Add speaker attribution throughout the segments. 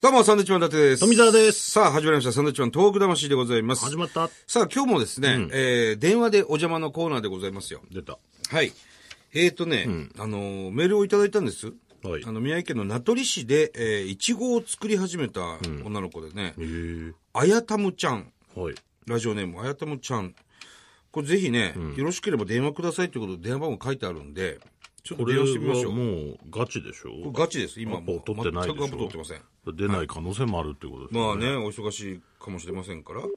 Speaker 1: どうも、サンドウィッチマン伊達です。
Speaker 2: 富澤です
Speaker 1: さあ、始まりました。サンドウィッチマントーク魂でございます。
Speaker 2: 始まった。
Speaker 1: さあ、今日もですね、えー、電話でお邪魔のコーナーでございますよ。
Speaker 2: 出た。
Speaker 1: はい。えーとね、あのー、メールをいただいたんです。
Speaker 2: はい
Speaker 1: あの、宮城県の名取市で、えー、いちごを作り始めた女の子でね、
Speaker 2: へえ。
Speaker 1: あやたむちゃん。
Speaker 2: はい。
Speaker 1: ラジオネーム、あやたむちゃん。これぜひね、よろしければ電話くださいということで電話番号書いてあるんで、ちょっと
Speaker 2: これ
Speaker 1: 電話してみましょ
Speaker 2: は
Speaker 1: う。
Speaker 2: もうガチでしょ
Speaker 1: ガチです、今
Speaker 2: アポ
Speaker 1: もう。
Speaker 2: 取ってない
Speaker 1: 全
Speaker 2: で
Speaker 1: くア
Speaker 2: し
Speaker 1: ポ
Speaker 2: ょ
Speaker 1: 取ってません。
Speaker 2: 出ない可能性もあるってことです
Speaker 1: まあ
Speaker 2: よね。
Speaker 1: ね、お忙しいかもしれませんから、32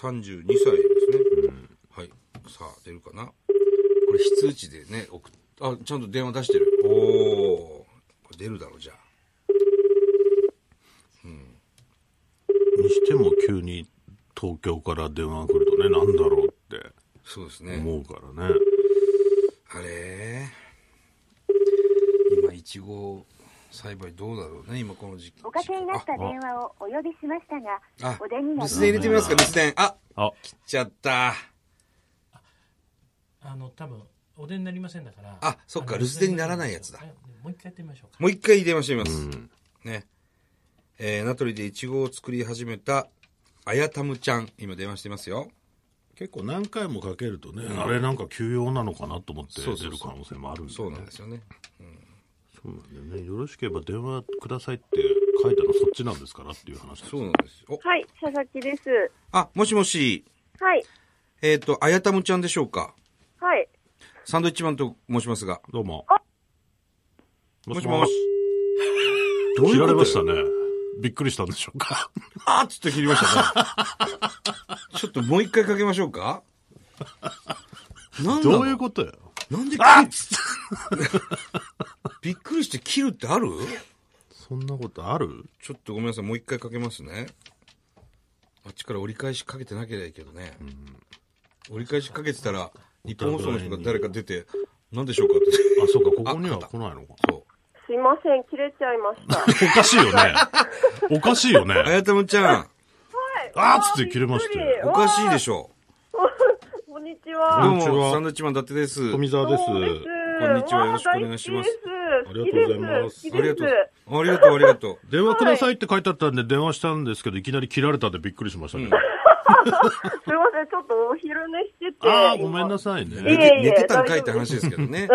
Speaker 1: 歳ですね。はい。さあ、出るかな。これ、非通知でね、送っあ、ちゃんと電話出してる。おー。これ出るだろう、じゃあ。
Speaker 2: にしても急に東京から電話が来るとね、なんだろうって
Speaker 1: そうですね。
Speaker 2: 思うからね。
Speaker 1: あれ今、いちご栽培どうだろうね、今この時期。
Speaker 3: おかけになった電話をお呼びしましたが、
Speaker 1: あ
Speaker 3: お出に、な
Speaker 1: 留守
Speaker 3: り
Speaker 1: 電入れてみますか、留守電。あ、
Speaker 2: あ、
Speaker 1: 切っちゃった。
Speaker 4: あの多分お出になりませんだから
Speaker 1: あそっか
Speaker 4: あの
Speaker 1: 留守電にならないやつだ
Speaker 4: はいもう一回やってみましょうか
Speaker 1: もう一回電話してみます。ね。えー、名取でイチゴを作り始めた、あやたむちゃん。今電話してますよ。
Speaker 2: 結構何回もかけるとね、あれなんか休養なのかなと思って出
Speaker 1: そうそう
Speaker 2: る可能性もあるんで、ね。
Speaker 1: そうなんですよね。
Speaker 2: そうなんだよね。よろしければ電話くださいって書いたのそっちなんですからっていう話です。
Speaker 1: そうなんですよ。お
Speaker 3: はい、佐々木です。
Speaker 1: あ、もしもし、
Speaker 3: はい、
Speaker 1: えっ、と、あやたむちゃんでしょうか
Speaker 3: はい。
Speaker 1: サンドイッチマンと申しますが。
Speaker 2: どうも。も
Speaker 1: も
Speaker 2: し
Speaker 1: し
Speaker 2: も
Speaker 1: も
Speaker 2: し
Speaker 1: し。。
Speaker 2: 切られました
Speaker 1: ね。
Speaker 2: ね。びっくりしたんでしょうか。
Speaker 1: あーっつって切りました ね。ちょっともう一回かけましょうかなんだ
Speaker 2: ど
Speaker 1: ろ
Speaker 2: ういうことよ。
Speaker 1: なんで
Speaker 2: あ
Speaker 1: 切
Speaker 2: っ
Speaker 1: るびっくりして切るってある
Speaker 2: そんなことある
Speaker 1: ちょっとごめんなさい、もう一回かけますね。あっちから折り返しかけてなければいいけどね。折り返しかけてたら、日本放送の人が誰か出て、何でしょうかって。
Speaker 2: あ、そうか、ここには来ないのか。
Speaker 1: そう。
Speaker 3: すいません、切れちゃいました。
Speaker 2: おかしいよね。おかしいよ
Speaker 1: あ
Speaker 2: ね。
Speaker 1: やたむちゃん、
Speaker 2: あーっつって切れましたよ。
Speaker 1: おかしいでしょ。
Speaker 3: こんにち
Speaker 2: あ
Speaker 3: は。
Speaker 1: どう
Speaker 2: こんにちは
Speaker 1: も、サンドウィッチマン伊達です。
Speaker 2: 富澤です。
Speaker 1: こんにちはよろしくお願いします
Speaker 3: わあ。大好き
Speaker 2: あ
Speaker 3: で
Speaker 2: りがとうございます
Speaker 3: 好き
Speaker 1: あり
Speaker 3: で
Speaker 1: が
Speaker 3: す
Speaker 1: とう。ありがとう、ありがと。
Speaker 2: 電話くださいって書いてあったんで電話したんですけど、いきなり切られたんでびっくりしましたけど。
Speaker 3: 好きですすいません、ちょっとお昼寝してて。
Speaker 2: ああ、ごめんな
Speaker 3: さ
Speaker 2: さいう
Speaker 1: 寝
Speaker 3: え
Speaker 2: ね。
Speaker 3: いえ
Speaker 1: て
Speaker 3: いえ
Speaker 1: 寝てたんかいって話ですけどね。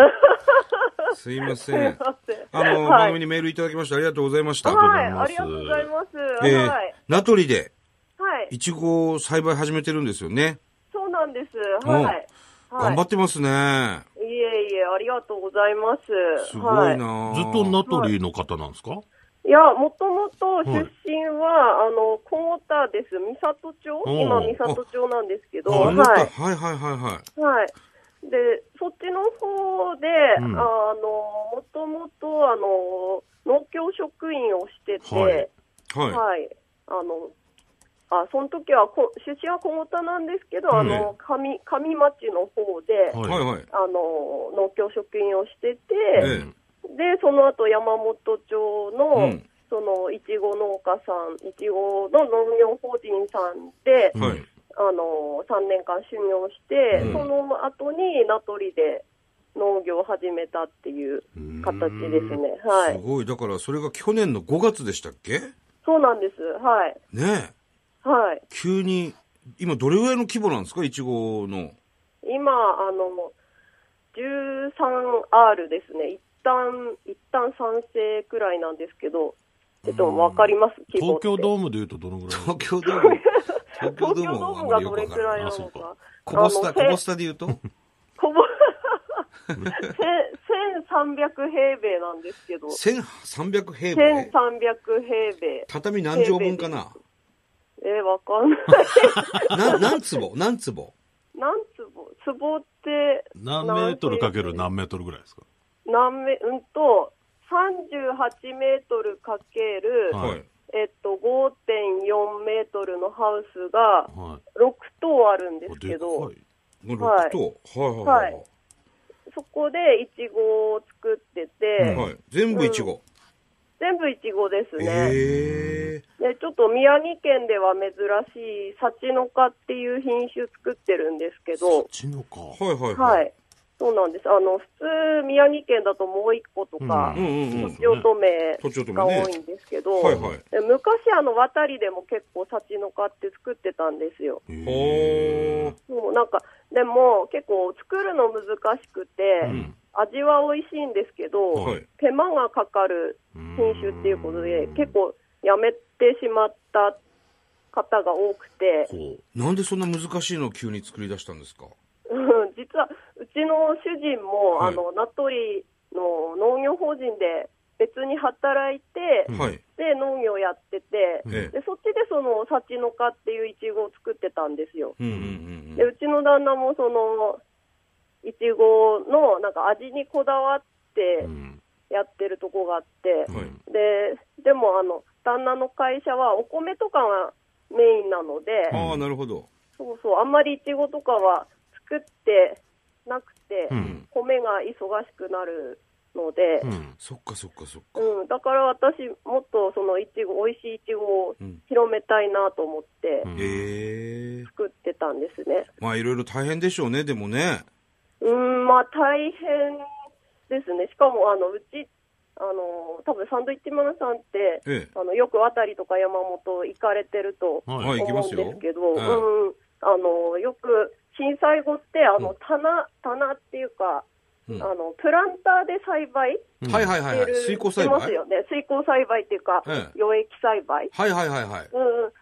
Speaker 1: すいません
Speaker 3: すい。ません。
Speaker 1: あの、
Speaker 3: はい
Speaker 1: 番組にメールいただきましてありがとうございました。
Speaker 3: はい、
Speaker 2: あ
Speaker 3: あ
Speaker 2: り
Speaker 3: り
Speaker 2: が
Speaker 3: が
Speaker 2: と
Speaker 3: と
Speaker 2: うご
Speaker 3: うご
Speaker 2: ざ
Speaker 3: ざ
Speaker 2: い
Speaker 3: い
Speaker 2: ま
Speaker 3: ます。
Speaker 1: えー
Speaker 3: はい。
Speaker 1: 名取で、
Speaker 3: はい。
Speaker 1: いちごを栽培始めてるんですよね。
Speaker 3: そうなんです。はい。はい。
Speaker 1: 頑張ってますね。
Speaker 3: いえいえ、ありがとうございます。
Speaker 1: すごい
Speaker 3: は
Speaker 1: なあ
Speaker 2: ずっと名取の方なんですか
Speaker 3: いや、もともと出身は、あの、コンタです。三郷町
Speaker 2: おう
Speaker 3: 今、三郷町なんですけど、
Speaker 2: あ
Speaker 3: は。
Speaker 1: はいい、
Speaker 3: は。
Speaker 1: はいはいはいはい
Speaker 3: で、そっちの方で、
Speaker 2: うん
Speaker 3: あの、もともと、あの、農協職員をしてて、
Speaker 2: は
Speaker 3: はいい。
Speaker 1: い。はい。
Speaker 3: あの、あ、その時はこ、出身は小本なんですけど、あの、上、上町の方で、
Speaker 2: は
Speaker 1: はいはい。
Speaker 3: あの、農協職員をしてて、
Speaker 1: ええ
Speaker 3: で、その後山本町の、
Speaker 1: うん
Speaker 3: その、いちご農家さん、いちごの農業法人さんで、
Speaker 2: うん
Speaker 1: はい。
Speaker 3: あの、3年間修行して、
Speaker 2: うん
Speaker 3: その後に名取で農業を始めたっていう形ですね。は
Speaker 1: す
Speaker 3: い。
Speaker 1: ごい。だから、それが去年の5月でしたっけ
Speaker 3: そうなんです。はい。
Speaker 1: ねえ。
Speaker 3: はい。
Speaker 1: 急に、今どれぐらいの規模なんですかいちごの。
Speaker 3: 今、あの、13R ですね。一旦、一旦賛成くらいなんですけど、えっと、わかります規模っ
Speaker 2: 東
Speaker 3: て
Speaker 2: 京ドームで言うとどのぐらい
Speaker 1: 東京ドー ム。東
Speaker 3: 東京ドームがどれくらい
Speaker 1: い。
Speaker 3: なの
Speaker 2: あそうか
Speaker 3: か。
Speaker 1: コボスタ、
Speaker 3: あの
Speaker 1: コボスタで言うと
Speaker 3: こぼ、せ1300平米なんですけど、
Speaker 1: ?1300 平
Speaker 3: 1300
Speaker 1: 米
Speaker 3: 平米。
Speaker 1: 畳何畳分か な
Speaker 3: えーわ かんない。
Speaker 1: な何坪何坪
Speaker 3: 何坪坪って
Speaker 2: 何メートルかける何メートルぐらいですか
Speaker 3: 何メ、うんと、38メートルかける、
Speaker 2: はい
Speaker 1: はい。
Speaker 3: えっと、5.4メートルのハウスが
Speaker 2: は
Speaker 3: 6棟あるんで
Speaker 2: い。
Speaker 3: す
Speaker 2: あで
Speaker 3: け
Speaker 2: っか
Speaker 3: ど、
Speaker 2: い。
Speaker 1: の6棟。はいはい
Speaker 3: そこでイチゴを作って
Speaker 1: はい
Speaker 3: て、
Speaker 1: はい。はい。全部いちご。
Speaker 3: 全部イチゴですね。
Speaker 1: ええ。
Speaker 3: でちょっと宮城県では珍しい、サチノカっていう品種作ってるんですけど、
Speaker 2: ちのか。
Speaker 1: はいはい
Speaker 3: は
Speaker 1: はい。
Speaker 3: い。そうなんです。あの、普通、宮城県だともう一個とか、
Speaker 1: うんうんうん
Speaker 2: そ。
Speaker 3: 土地乙
Speaker 1: とちおと
Speaker 3: 女が
Speaker 1: めね
Speaker 3: 多。いんですけど、
Speaker 1: はいはい。
Speaker 3: で昔、あの、渡りでも結構、幸の花って作ってたんですよ。
Speaker 2: へ
Speaker 1: ほー
Speaker 2: ー。
Speaker 3: もうなんか、でも、結構、作るの難しくて、
Speaker 2: ん
Speaker 3: 味は美味しいんですけど、
Speaker 1: はい
Speaker 3: 手間がかかる
Speaker 2: 品
Speaker 3: 品種っていうことで、結構、やめてしまった方が多くて、
Speaker 2: こう。
Speaker 1: なんでそんな難しいのを急に作り出したんですか
Speaker 3: うん実はうちの主人も、
Speaker 1: はい
Speaker 3: あの名取の農業法人で別に働いて、
Speaker 2: うん
Speaker 1: はい。
Speaker 3: で農業やってて、
Speaker 1: ええ。
Speaker 3: でそっちでその幸の花っていうイチゴを作ってたんですよ。
Speaker 1: うんうんうん
Speaker 3: でうちの旦那もそのイチゴのなんか味にこだわって
Speaker 2: うん
Speaker 3: やってるとこがあって
Speaker 1: う、ん。はい。
Speaker 3: ででもあの旦那の会社はお米とかがメインなので、
Speaker 1: ああ、なるほど。
Speaker 3: そうそう、あんまりイチゴとかは作ってなくて、
Speaker 2: うん
Speaker 3: 米が忙しくなるので
Speaker 2: う、ん
Speaker 1: そっかそっかそっか。
Speaker 3: うん、だから私、もっとそのいちご、美味しいいちごを
Speaker 1: うん
Speaker 3: 広めたいなと思って
Speaker 2: うん
Speaker 1: ええ
Speaker 3: 作ってたんですね。
Speaker 1: まあいろいろ大変でしょうね、でもね。
Speaker 3: うん、まあ大変ですね。しかも、あの、うち、あの、多分サンドイッチマンさんって、
Speaker 1: え
Speaker 3: あの、よく渡りとか山本行かれてると
Speaker 1: え。
Speaker 2: はい
Speaker 1: はい、行きま
Speaker 3: 思
Speaker 1: す
Speaker 3: うん
Speaker 1: よ。
Speaker 3: ですけど、
Speaker 1: ええ
Speaker 3: うん、あの、よく震災後って、あの、棚、棚っていうか、
Speaker 1: うん
Speaker 3: あの、プランターで栽培
Speaker 2: うん
Speaker 1: はいはいはい
Speaker 3: し
Speaker 1: は
Speaker 3: て
Speaker 1: い
Speaker 3: る、。
Speaker 1: 水耕
Speaker 3: し
Speaker 1: 栽
Speaker 3: てま
Speaker 1: 培
Speaker 3: すよね。水耕栽培っていうか、
Speaker 1: ええ
Speaker 3: 溶液栽培。
Speaker 1: はいはいはいはい。
Speaker 3: うんうん。う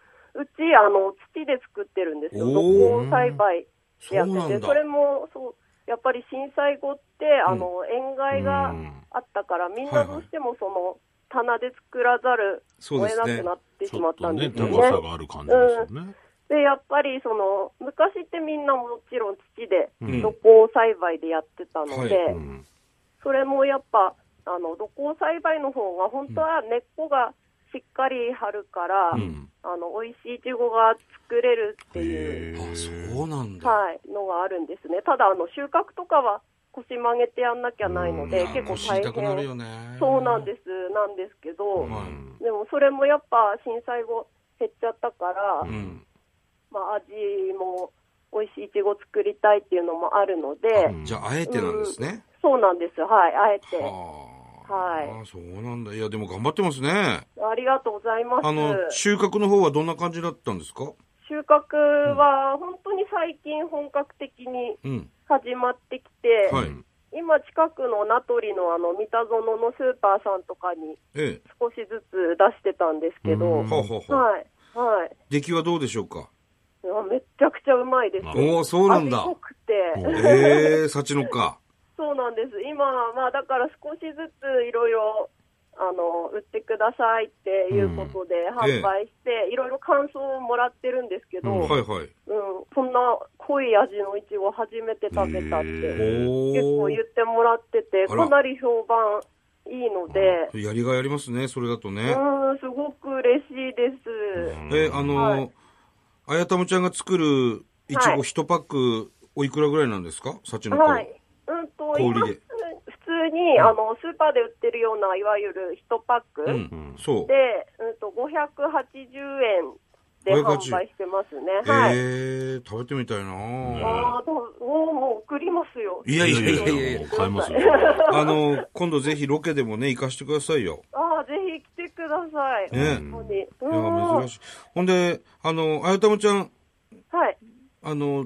Speaker 3: ち、あの、土で作ってるんですよ。
Speaker 1: おー
Speaker 3: 土耕栽培
Speaker 1: そ
Speaker 3: やっ
Speaker 1: うなん
Speaker 3: てて、
Speaker 1: だ
Speaker 3: そ。れも、そう、やっぱり震災後って、あの、塩害が
Speaker 2: うん
Speaker 3: あったから、みん
Speaker 1: は
Speaker 3: な
Speaker 1: は
Speaker 3: い
Speaker 1: い
Speaker 3: どうしてもその、棚で作らざる
Speaker 1: そう
Speaker 3: を
Speaker 1: です
Speaker 3: 得な
Speaker 1: ね
Speaker 3: くな。って
Speaker 2: ち
Speaker 3: し
Speaker 2: ょ
Speaker 3: ま
Speaker 2: っ
Speaker 3: っ
Speaker 2: と
Speaker 3: たん
Speaker 2: ね、
Speaker 3: です
Speaker 2: 高
Speaker 3: よね。
Speaker 2: さがある感じですよね。
Speaker 3: で、やっぱりその、昔ってみんなもちろん土で、
Speaker 1: うん
Speaker 3: 土耕栽培でやってたので、
Speaker 1: は
Speaker 2: うん
Speaker 3: それもやっぱ、あの、土耕栽培の方が本当は根っこがしっかり張るから、
Speaker 2: うん
Speaker 3: あの、美味しいイチゴが作れるっていう、
Speaker 2: へ
Speaker 1: あ、
Speaker 2: ー
Speaker 1: そうなんだ。
Speaker 3: はい、のがあるんですね。ただ、あの、収穫とかは腰曲げてやんなきゃないので
Speaker 2: う、ん
Speaker 3: 結構
Speaker 1: 腰
Speaker 3: 大
Speaker 1: 痛くなるよ
Speaker 3: 変。
Speaker 1: ね。
Speaker 3: そうなんです、なんですけど、
Speaker 1: はい
Speaker 3: でもそれもやっぱ震災後減っちゃったから、
Speaker 1: うん。
Speaker 3: まあ、味も美味しいいちご作りたいっていうのもあるので、
Speaker 2: うん
Speaker 1: じゃあ、あえてなんですね。
Speaker 3: そうなんです、はい、あえて。
Speaker 1: はあ。
Speaker 3: はい
Speaker 1: ああそうなんだ。いや、でも頑張ってますね。
Speaker 3: ありがとうございます。
Speaker 1: あの、収穫の方はどんな感じだったんですか
Speaker 3: 収穫は本当に最近本格的に
Speaker 1: うん。
Speaker 3: 始まってきて、
Speaker 1: はい。
Speaker 2: うん
Speaker 3: 今近くの名取のあの三田園のスーパーさんとかに
Speaker 1: え
Speaker 3: 少しずつ出してたんですけど、
Speaker 2: う
Speaker 1: え。
Speaker 2: ん
Speaker 1: はあ、はあはあ
Speaker 3: はい、はい。
Speaker 1: 出来はどうでしょうか
Speaker 3: いやめちゃくちゃうまいです。
Speaker 2: なる
Speaker 1: おお、そうなんだ
Speaker 3: 味。濃くて、
Speaker 1: ええ、幸のか。
Speaker 3: そうなんです。今、まあだから少しずついろいろ、あの、売ってくださいっていうことで
Speaker 1: ええ
Speaker 3: 販売して、いろいろ感想をもらってるんですけど、
Speaker 2: う
Speaker 3: うんん、
Speaker 1: はいはい。
Speaker 3: そんな濃い味のいちご初めて食べたっ
Speaker 2: へ
Speaker 3: て、
Speaker 2: え
Speaker 3: 結構
Speaker 1: おお。
Speaker 3: 言ってもらってて、
Speaker 1: あら
Speaker 3: かなり評判いいので、
Speaker 1: やりがいありますね、それだとね。
Speaker 3: うん、すごく嬉しいです。
Speaker 1: え、あ
Speaker 3: は
Speaker 1: の
Speaker 3: い、
Speaker 1: あやたむちゃんが作るいち
Speaker 3: は
Speaker 1: ご
Speaker 3: い
Speaker 1: 一パック、おいくらぐらいなんですか幸の子。
Speaker 3: はい。うんと、
Speaker 1: 小売りで
Speaker 3: 今、普通に、あの、スーパーで売ってるような、いわゆる1パック
Speaker 1: う
Speaker 3: で、
Speaker 1: ん。そう。
Speaker 3: うんと、580円で
Speaker 1: 580
Speaker 3: 販売してますね。はい。
Speaker 1: ええ、食べてみたいな
Speaker 3: ああ、どうもう、もう送りますよ。
Speaker 1: いやいやいやいやいや
Speaker 2: もう買えますよ。
Speaker 1: あの、今度ぜひロケでもね、行かしてくださいよ。
Speaker 3: ああ、ぜひ来てください。
Speaker 1: ね
Speaker 3: 本当に。
Speaker 1: いや、
Speaker 3: うん
Speaker 1: 珍しい。ほんで、あの、あやたむちゃん、
Speaker 3: はい。
Speaker 1: あの、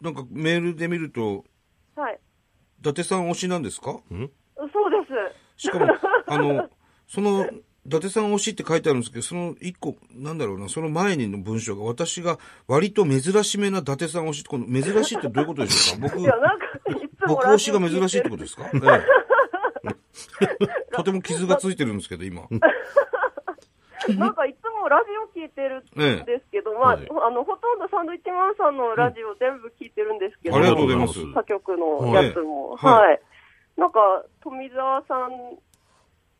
Speaker 1: なんかメールで見ると、
Speaker 3: はい。
Speaker 1: 伊達さん推しなんですか
Speaker 3: そうです。
Speaker 1: しかも、あの、その、伊達さん推しって書いてあるんですけど、その一個、なんだろうな、その前にの文章が、私が割と珍しめな伊達さん推しって、この珍しいってどういうことでしょう か僕
Speaker 3: い、や、なんか、いつも
Speaker 1: 僕
Speaker 3: ラ
Speaker 1: 推
Speaker 3: ジ
Speaker 1: し
Speaker 3: オ
Speaker 1: が
Speaker 3: 聞 い
Speaker 1: 珍しいってことですか、ええとても傷がついてるんですけど、 今。
Speaker 3: なんかいつもラジオ聞いてるんですけど、まあ、
Speaker 2: はい
Speaker 3: あの、ほとんどサンドイッチマンさんのラジオ全部聞いてるんですけど、
Speaker 1: ありがとうございます。
Speaker 3: 他局のやつも。
Speaker 1: はい
Speaker 3: はい。
Speaker 1: は
Speaker 3: なんか、富澤さん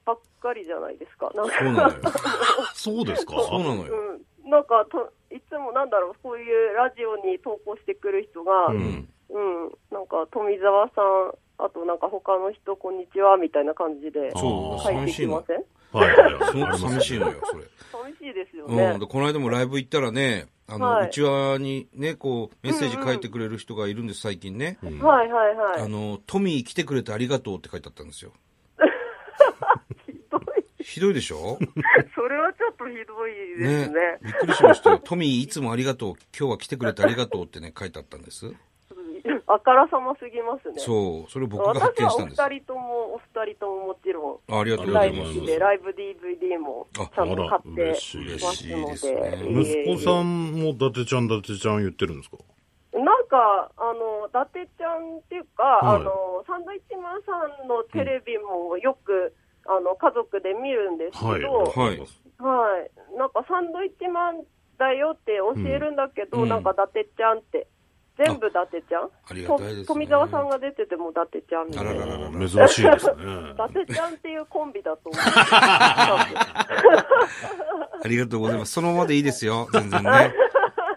Speaker 3: ばっかりじゃないですか。なんか、
Speaker 1: そうなのよ。
Speaker 2: そうですか
Speaker 1: そうなのよ。
Speaker 3: うん。なんかと、いつもなんだろう、こういうラジオに投稿してくる人が、う、
Speaker 2: うんん。
Speaker 3: なんか、富澤さん、あとなんか他の人、こんにちは、みたいな感じで、
Speaker 1: そう、
Speaker 2: あ
Speaker 3: 入っ
Speaker 1: 寂
Speaker 3: て
Speaker 1: し
Speaker 3: き
Speaker 1: い
Speaker 3: ま
Speaker 1: の。
Speaker 3: せん
Speaker 2: はいはいはい。
Speaker 1: すごく寂しいのよ、それ。
Speaker 3: 寂しいですよ
Speaker 1: うん、
Speaker 3: ね
Speaker 1: で。この間もライブ行ったらね、ああの、
Speaker 3: はいう
Speaker 1: ちわにね、こう、メッセージ書いてくれる人がいるんです、最近ね。
Speaker 3: はいはいは
Speaker 1: あ
Speaker 3: い。
Speaker 1: の、トミー来てくれてありがとうって書いてあったんですよ。
Speaker 3: ひどい。
Speaker 1: ひどいでしょ
Speaker 3: それはちょっとひどいですね。
Speaker 1: びっくりしましたよ。トミーいつもありがとう。今日は来てくれてありがとうってね、書いてあったんです。
Speaker 3: うん あからさますぎますね。
Speaker 1: そう、それを僕が発
Speaker 3: 私
Speaker 1: 見
Speaker 3: は
Speaker 1: し
Speaker 3: お
Speaker 1: たん
Speaker 3: 二
Speaker 1: です。あ
Speaker 3: 人とも、お二人とももちろん、
Speaker 1: ありがとうござ
Speaker 3: 大
Speaker 1: いま
Speaker 3: 好
Speaker 1: す。
Speaker 3: きで、ライブ DVD もちゃんと買ってますので、
Speaker 1: 嬉しいですね
Speaker 2: 息子さ
Speaker 3: ん
Speaker 2: んも伊達ちゃん、伊達ちゃん言ってるんですか
Speaker 3: なんか、あの、伊達ちゃんっていうか、
Speaker 2: はい
Speaker 3: あの、サンドイッチマンさんのテレビもよく、あの、家族で見るんですけ
Speaker 2: はい。
Speaker 3: ど、
Speaker 1: はい
Speaker 3: はい。なんかサンドイッチマンだよって教えるんだけど、
Speaker 1: うん
Speaker 3: なんか伊達ちゃんって。全部伊達ちゃん
Speaker 1: ありがたいですね
Speaker 3: と富澤さんが出てても伊達ちゃんみたい
Speaker 1: あ
Speaker 3: な。
Speaker 1: ららら
Speaker 2: 珍しい ですね。
Speaker 3: 伊達ちゃんっていうコンビだと思う。
Speaker 1: ありがとうございます。そのままでいいですよ。全然ね。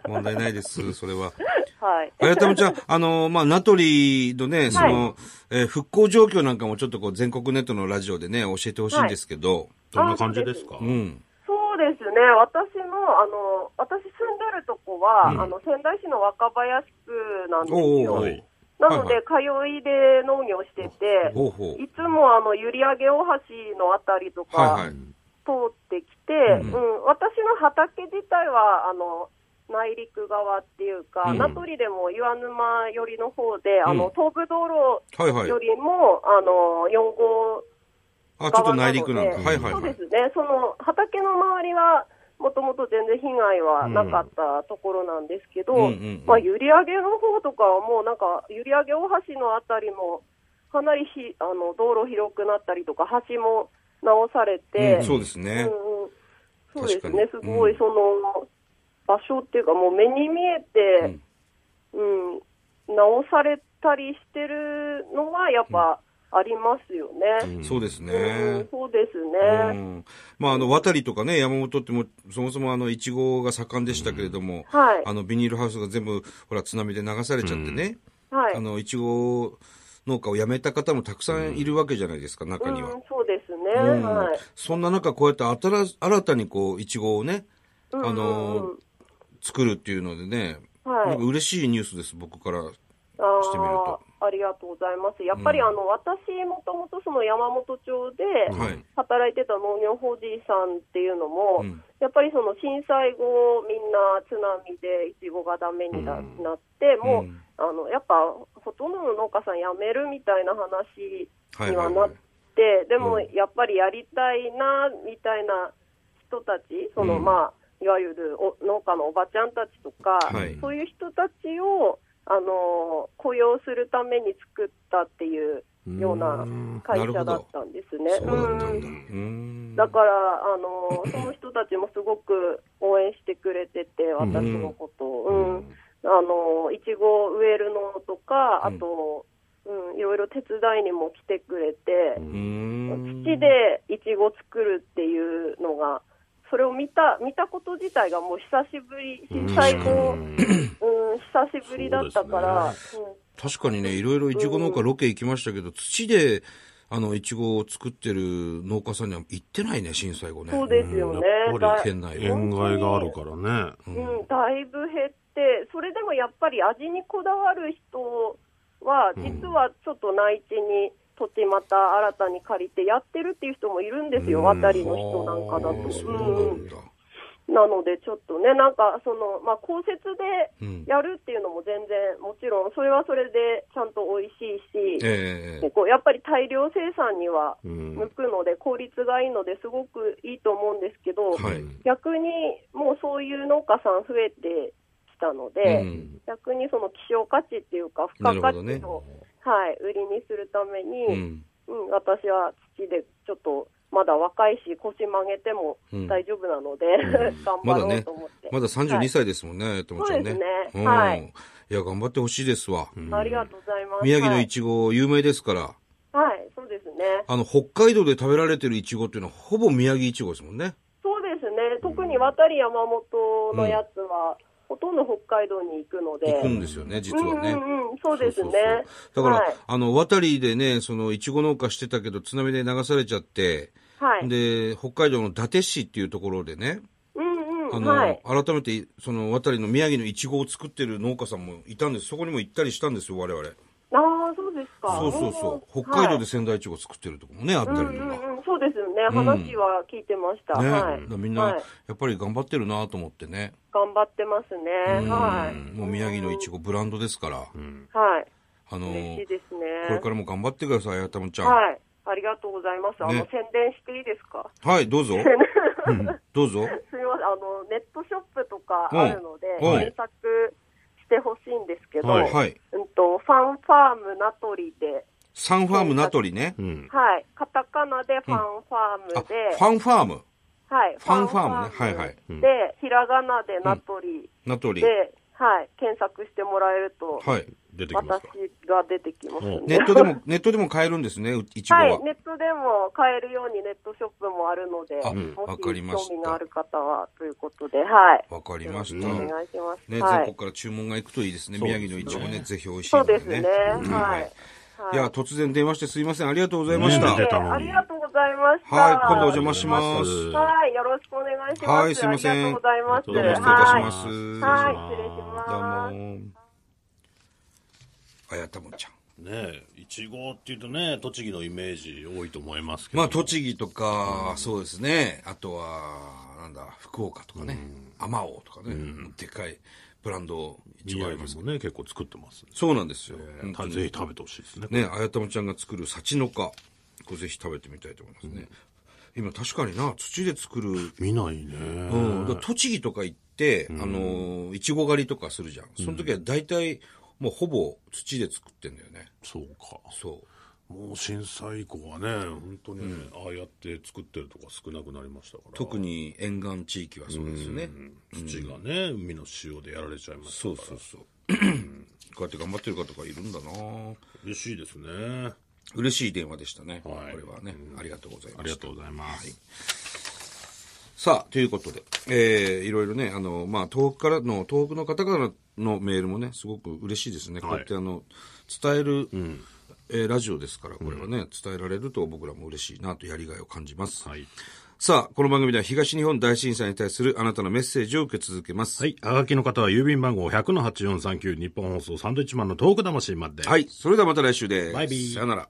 Speaker 1: 問題ないです。それは。
Speaker 3: はい。
Speaker 1: あやたむちゃん、あのまあ、ナトリのね、その、えー復興状況なんかもちょっとこう、全国ネットのラジオでね、教えてほしいんですけど、
Speaker 2: どんな感じですか
Speaker 1: うん。
Speaker 3: そうですね。私の、あの、私住んでるとこは、
Speaker 2: うん
Speaker 3: あの、仙台市の若林区なんです
Speaker 1: おうおうお
Speaker 3: よ。
Speaker 1: う
Speaker 3: なの
Speaker 1: は
Speaker 3: で、通いで農業してて、
Speaker 1: ほうほ
Speaker 3: いつもあの、閖上大橋のあたりと
Speaker 1: う。はい
Speaker 3: か
Speaker 1: はい。
Speaker 3: 通ってきて、
Speaker 1: うん
Speaker 3: うん、私の畑自体は、あの、内陸側っていうか、
Speaker 1: うん
Speaker 3: 名取でも岩沼寄りの方で、あ
Speaker 1: うん
Speaker 3: の、東部道路
Speaker 1: はいはい
Speaker 3: よ。りも、あの、4号
Speaker 1: あ、ちょっと内陸なんだ。は
Speaker 3: 側ないので
Speaker 1: はい
Speaker 3: そ
Speaker 1: は
Speaker 3: うで
Speaker 1: い
Speaker 3: す。ね、その畑の周りは、もともと全然被害はなかったところなんですけど、
Speaker 1: うんうんうん
Speaker 3: まあ、閖上の方とかはもうなんか、閖上大橋のあたりも、かなりひあの道路広くなったりとか、橋も直されて、
Speaker 1: うん、
Speaker 3: う
Speaker 1: そうですね。
Speaker 3: んうんそうですね、す
Speaker 1: 確かに
Speaker 3: ご
Speaker 1: う
Speaker 3: い
Speaker 1: ん
Speaker 3: その、場所っていうか、もう目に見えて、うん直されたりしてるのは、やっぱありますよね。
Speaker 1: うんそうです
Speaker 3: う
Speaker 1: ね
Speaker 3: ん。そうです
Speaker 1: う
Speaker 3: ね。
Speaker 1: ん。まあ、あの、渡りとかね、山本っても、そもそもあの、イチゴが盛んでしたけれども、
Speaker 3: はい。
Speaker 1: あの、ビニールハウスが全部、ほら、津波で流されちゃってね、
Speaker 3: はい。
Speaker 1: あの、イチゴ農家を辞めた方もたくさんいるわけじゃないですか、中に
Speaker 3: う
Speaker 1: は
Speaker 3: ん。、そうですね。
Speaker 1: うん
Speaker 3: はい。
Speaker 1: そんな中、こうやって新新たにこう、イチゴをね、
Speaker 3: うん
Speaker 1: あの作るっていうのでね、
Speaker 3: はい
Speaker 1: なんか嬉しいニュースです、僕から。
Speaker 3: あ
Speaker 1: してみると
Speaker 3: ーありがとうございます。やっぱり、
Speaker 1: うん
Speaker 3: あの私もともとその山本町で
Speaker 1: はい
Speaker 3: 働いてた農業法人さんっていうのも、
Speaker 1: うん
Speaker 3: やっぱりその震災後みんな津波でいちごがダメにな,、
Speaker 2: うん
Speaker 3: なってもう、
Speaker 1: うん
Speaker 3: あのやっぱほとんどの農家さん辞めるみたいな話
Speaker 1: はい
Speaker 3: に
Speaker 1: は
Speaker 3: はいな
Speaker 1: は
Speaker 3: っ
Speaker 1: い。
Speaker 3: て、でも
Speaker 1: うん
Speaker 3: やっぱりやりたいなみたいな人たち、その
Speaker 1: うん
Speaker 3: まあ、いわゆるお農家のおばちゃんたちとか、
Speaker 1: はい
Speaker 3: そういう人たちを、あの雇用するために作ったっていうような会社だったんですね。
Speaker 1: そうだった
Speaker 3: うんん
Speaker 1: だ。うん。
Speaker 3: だから、あのその人たちもすごく応援してくれてて、私のことを。うんあのいちごを植えるのとか、あと、うん、いろいろ手伝いにも来てくれて、
Speaker 1: うーん。
Speaker 3: 土でいちご作るっていうのが、それを見た見たこと自体がもう久しぶり、震災後、うん、久しぶりだったから、
Speaker 1: 確かにね、いろいろイチゴ農家ロケ行きましたけど、土で、あの、イチゴを作ってる農家さんには行ってないね、震災後ね。
Speaker 3: そうですよね
Speaker 2: うんやっぱり
Speaker 1: 県内は。
Speaker 2: 縁外があるからね。
Speaker 3: うんうんだいぶ減って、それでもやっぱり味にこだわる人は、実はちょっと内地に土地また新たに借りてやってるっていう人もいるんですよ、
Speaker 2: うん
Speaker 3: 渡りの人なんかだ
Speaker 1: あーそ
Speaker 3: と。
Speaker 1: う
Speaker 3: う
Speaker 1: なん
Speaker 3: ん
Speaker 1: だ。
Speaker 3: なので、ちょっとね、なんか、その、まあ、公設
Speaker 1: うん
Speaker 3: でやるっていうのも全然、もちろん、それはそれでちゃんと美味しいし、
Speaker 1: ええ
Speaker 3: こうやっぱり大量生産には
Speaker 2: うん
Speaker 3: 向くので、効率がいいのですごくいいと思うんですけど、
Speaker 1: はい。
Speaker 3: 逆にもうそういう農家さん増えてきたので、
Speaker 1: うん
Speaker 3: 逆にその希少価値っていうか、付
Speaker 1: な
Speaker 3: 加
Speaker 1: るほ
Speaker 3: 価
Speaker 1: ど
Speaker 3: 値
Speaker 1: ね
Speaker 3: を、はい、売りにするため
Speaker 1: う
Speaker 3: に、
Speaker 1: ん。
Speaker 3: うん私は土でちょっと、まだ若いし、腰曲げても
Speaker 1: うん
Speaker 3: 大丈夫なので、 頑
Speaker 1: まだ
Speaker 3: 張ろう
Speaker 1: ね
Speaker 3: と思って。
Speaker 1: まだ
Speaker 3: は
Speaker 1: 32
Speaker 3: い
Speaker 1: 歳ですもんね、ともちゃんね。
Speaker 3: そうですね
Speaker 1: ん
Speaker 3: はい。
Speaker 1: いや、頑張ってほしいですわ。
Speaker 3: ありがとうございます。
Speaker 1: 宮城のいちご、有名ですから、
Speaker 3: はい、はい、そうですね。
Speaker 1: あの、北海道で食べられてるいちごっていうのは、ほぼ宮城いちごですもんね。
Speaker 3: そうですね。特に渡り山本のやつは、ほとんど北海道に行くので。
Speaker 1: 行くんですよね、実はね。
Speaker 3: うんうんうん、そうですね。
Speaker 1: だから、
Speaker 3: はい
Speaker 1: あの、渡りでね、その、いちご農家してたけど、津波で流されちゃって、
Speaker 3: はい。
Speaker 1: で、北海道の伊達市っていうところでね、
Speaker 3: うんうんうん
Speaker 1: あの、
Speaker 3: はい。
Speaker 1: 改めて、その、渡りの宮城のイチゴを作ってる農家さんもいたんです。そこにも行ったりしたんですよ、我々。
Speaker 3: ああ、そうですか。。
Speaker 1: そうそうそう。北海道です仙台イチゴ作ってるとこもね、あった
Speaker 3: はい、うん
Speaker 1: り
Speaker 3: う
Speaker 1: とか。
Speaker 3: んうん、そうですよね。
Speaker 1: ん
Speaker 3: 話は聞いてました。
Speaker 1: ね、
Speaker 3: はい
Speaker 1: だからみんな、
Speaker 3: はい
Speaker 1: やっぱり頑張ってるなと思ってね。
Speaker 3: 頑張ってます
Speaker 1: うん
Speaker 3: ね。はい。
Speaker 1: もう宮城のいち
Speaker 3: ご。
Speaker 1: ごブランドですから、
Speaker 3: はい。
Speaker 1: あの
Speaker 3: 嬉しい
Speaker 1: ー、
Speaker 3: ですね。
Speaker 1: これからも頑張ってください、あやたむちゃん。
Speaker 3: はい。ありがとうございます。あの、
Speaker 1: ね
Speaker 3: 宣伝していいですか
Speaker 1: はい、どう ぞ。うんどうぞ。
Speaker 3: すみません。あの、ネットショップとかあるので、
Speaker 1: うんうん
Speaker 3: 検索してほしいんですけど、
Speaker 2: はい
Speaker 1: はい。
Speaker 3: うんと、ファンファームナトリで、
Speaker 1: サンファームナトリね。
Speaker 2: うん。
Speaker 3: はい。カタカナでファンファー
Speaker 1: あ、
Speaker 3: ム
Speaker 1: フ
Speaker 3: で、
Speaker 1: ァンファーム。
Speaker 3: はい。
Speaker 1: ファンファームねはいはい
Speaker 2: うん
Speaker 3: で、ひらがなでナトリ
Speaker 1: ナトリ。
Speaker 3: で、はい。検索してもらえると、
Speaker 1: はい。
Speaker 2: 出てきます
Speaker 3: 私
Speaker 2: か。
Speaker 3: が出てきます
Speaker 2: うん
Speaker 1: ネ
Speaker 3: ね
Speaker 1: ッ。トで も、 ネットでも買えるんですね、ういちご
Speaker 3: はい
Speaker 1: は。、
Speaker 3: ネットでも買えるようにネットショップもあるので、
Speaker 1: あ
Speaker 3: も
Speaker 1: わ
Speaker 3: し
Speaker 1: かりました
Speaker 3: 興味がある方はということで、はい。
Speaker 1: わかりまし
Speaker 3: よ
Speaker 1: た。
Speaker 3: ろくお
Speaker 1: ね、
Speaker 3: 願いします。
Speaker 1: 全
Speaker 3: は
Speaker 1: 国
Speaker 3: い、
Speaker 1: から注文が行くといいですね。
Speaker 2: そうです
Speaker 1: 宮
Speaker 2: ね
Speaker 1: 城のいちごね、ぜひ美味しい
Speaker 3: そ
Speaker 1: の
Speaker 3: うで
Speaker 1: ですね。
Speaker 3: ね。はい。はい
Speaker 1: いや、突然電話してすいません。ありがとうございま
Speaker 2: い
Speaker 1: し
Speaker 2: や
Speaker 1: た。
Speaker 2: ね出
Speaker 1: は
Speaker 2: たのに
Speaker 3: ありがとうございました。
Speaker 1: い、今度お邪魔します。
Speaker 3: はい、よろしくお願いします。
Speaker 1: はいすいません
Speaker 3: ありがとうございます。
Speaker 2: ど
Speaker 1: ど
Speaker 2: う
Speaker 1: う
Speaker 2: も
Speaker 1: も失礼
Speaker 2: 失礼
Speaker 1: い
Speaker 2: いた
Speaker 1: た
Speaker 2: し
Speaker 1: し
Speaker 2: ま
Speaker 1: ますす。
Speaker 3: はい、はい、失礼し
Speaker 1: どう
Speaker 3: ます。
Speaker 1: も。あやたもちゃん。
Speaker 2: ねえ、いちごっていうとね、栃木のイメージ多いと思いますけど。
Speaker 1: まあ、栃木とか、そうですね。あとは、なんだ、福岡とかね。あまおうとかね。でかいブランド、一応あ
Speaker 2: 宮
Speaker 1: ります
Speaker 2: 城。もね、結構作ってますね。
Speaker 1: そうなんですよ。本当
Speaker 2: た
Speaker 1: に
Speaker 2: ぜひ食べてほしいですね。
Speaker 1: ね、あやたもちゃんが作る幸の花。これぜひ食べてみたいと思いますね。今確かにな、土で作る
Speaker 2: 見ないね。
Speaker 1: うん、だから栃木とか行って、あのー、いちご狩りとかするじゃん。その時は大体、もうほぼ土で作ってんだよね。
Speaker 2: そうか。
Speaker 1: そう。
Speaker 2: もう震災以降はね、本当にね、ああやって作ってるとこ少なくなりましたから。
Speaker 1: 特に沿岸地域はそうですよね。
Speaker 2: 土がね、海の塩でやられちゃいました
Speaker 1: そ
Speaker 2: から。
Speaker 1: うそうそう。こうやって頑張ってる方がいるんだな
Speaker 2: 嬉しいですね。
Speaker 1: 嬉しい電話でしたね。
Speaker 2: はい
Speaker 1: これはね、ありがとうござい
Speaker 2: あ
Speaker 1: ま
Speaker 2: りが
Speaker 1: した
Speaker 2: と。うございます。
Speaker 1: さあ、ということで、えー、いろいろね、あの、まあ、東北からの、東北の方からのメールもね、すごく嬉しいですね。こうやって、あの、伝える、えーラジオですから、これはね、伝えられると僕らも嬉しいなとやりがいを感じます。
Speaker 2: はい。
Speaker 1: さあ、この番組では東日本大震災に対するあなたのメッセージを受け続けます。
Speaker 2: はい。あがきの方は郵便番号100-8439日本放送サンドイッチマンのトーク魂まで。
Speaker 1: はい、それではまた来週です。
Speaker 2: バイビー
Speaker 1: さよなら。